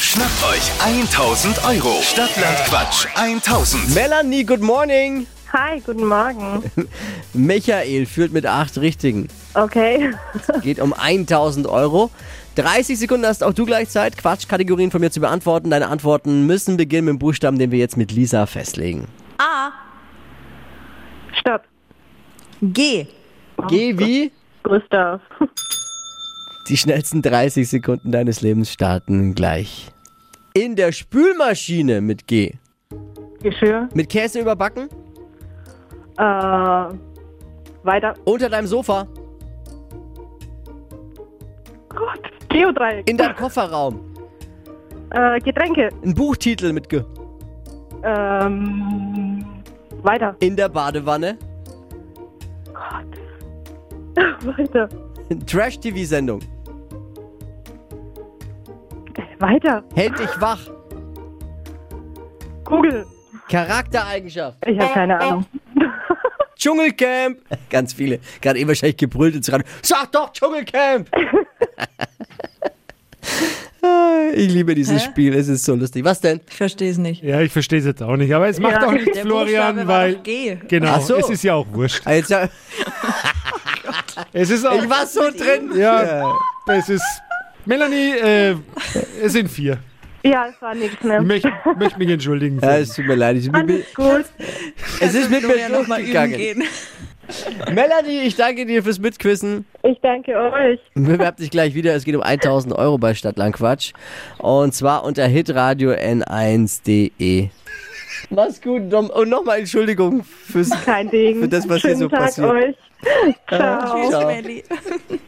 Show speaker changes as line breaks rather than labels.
Schnappt euch 1000 Euro. Stadtland Quatsch 1000.
Melanie, good morning.
Hi, guten Morgen.
Michael führt mit acht Richtigen.
Okay.
Geht um 1000 Euro. 30 Sekunden hast auch du gleich Zeit, Quatschkategorien von mir zu beantworten. Deine Antworten müssen beginnen mit dem Buchstaben, den wir jetzt mit Lisa festlegen.
Stopp.
G.
Geh wie?
Gustav.
Die schnellsten 30 Sekunden deines Lebens starten gleich. In der Spülmaschine mit G.
Geschirr.
Mit Käse überbacken?
Äh, weiter.
Unter deinem Sofa?
Gott. Geodreieck.
In deinem Kofferraum?
äh, Getränke.
Ein Buchtitel mit G.
Ähm, weiter.
In der Badewanne?
Weiter.
Trash-TV-Sendung?
Weiter.
Hält dich wach?
Kugel.
Charaktereigenschaft?
Ich habe keine Ahnung.
Dschungelcamp. Ganz viele. Gerade eben wahrscheinlich gebrüllt ins Radio. Sag doch Dschungelcamp! Ah, ich liebe dieses Spiel. Es ist so lustig. Was denn?
Ich verstehe es nicht.
Ja, ich verstehe es jetzt auch nicht, aber es macht
Ja.
auch nichts,
Der
Florian,
Buchstabe war
weil.
doch G.
Genau,
Ach so.
es ist ja auch wurscht.
Ah, Jetzt, ja,
Es
Oh.
ist auch.
ich war so drin.
Ja, es ist. Melanie, äh, es sind vier.
Ja, es war nichts mehr.
Ich möchte möcht mich entschuldigen.
Ja, es tut mir leid. Ich, mir,
Alles gut.
es ist mit mir
Florian noch mal üben
durchgegangen.
gehen.
Melanie, ich danke dir fürs Mitquissen.
Ich danke euch.
Bewerb dich gleich wieder. Es geht um 1000 Euro bei Stadtlangquatsch. Und zwar unter hitradio n1.de. Mach's gut. Dom. Und nochmal Entschuldigung fürs
Kein Ding.
Für das, was hier
Schönen
so
Tag
passiert. Äh,
euch. Ciao.
Ciao.
Tschüss, Melli.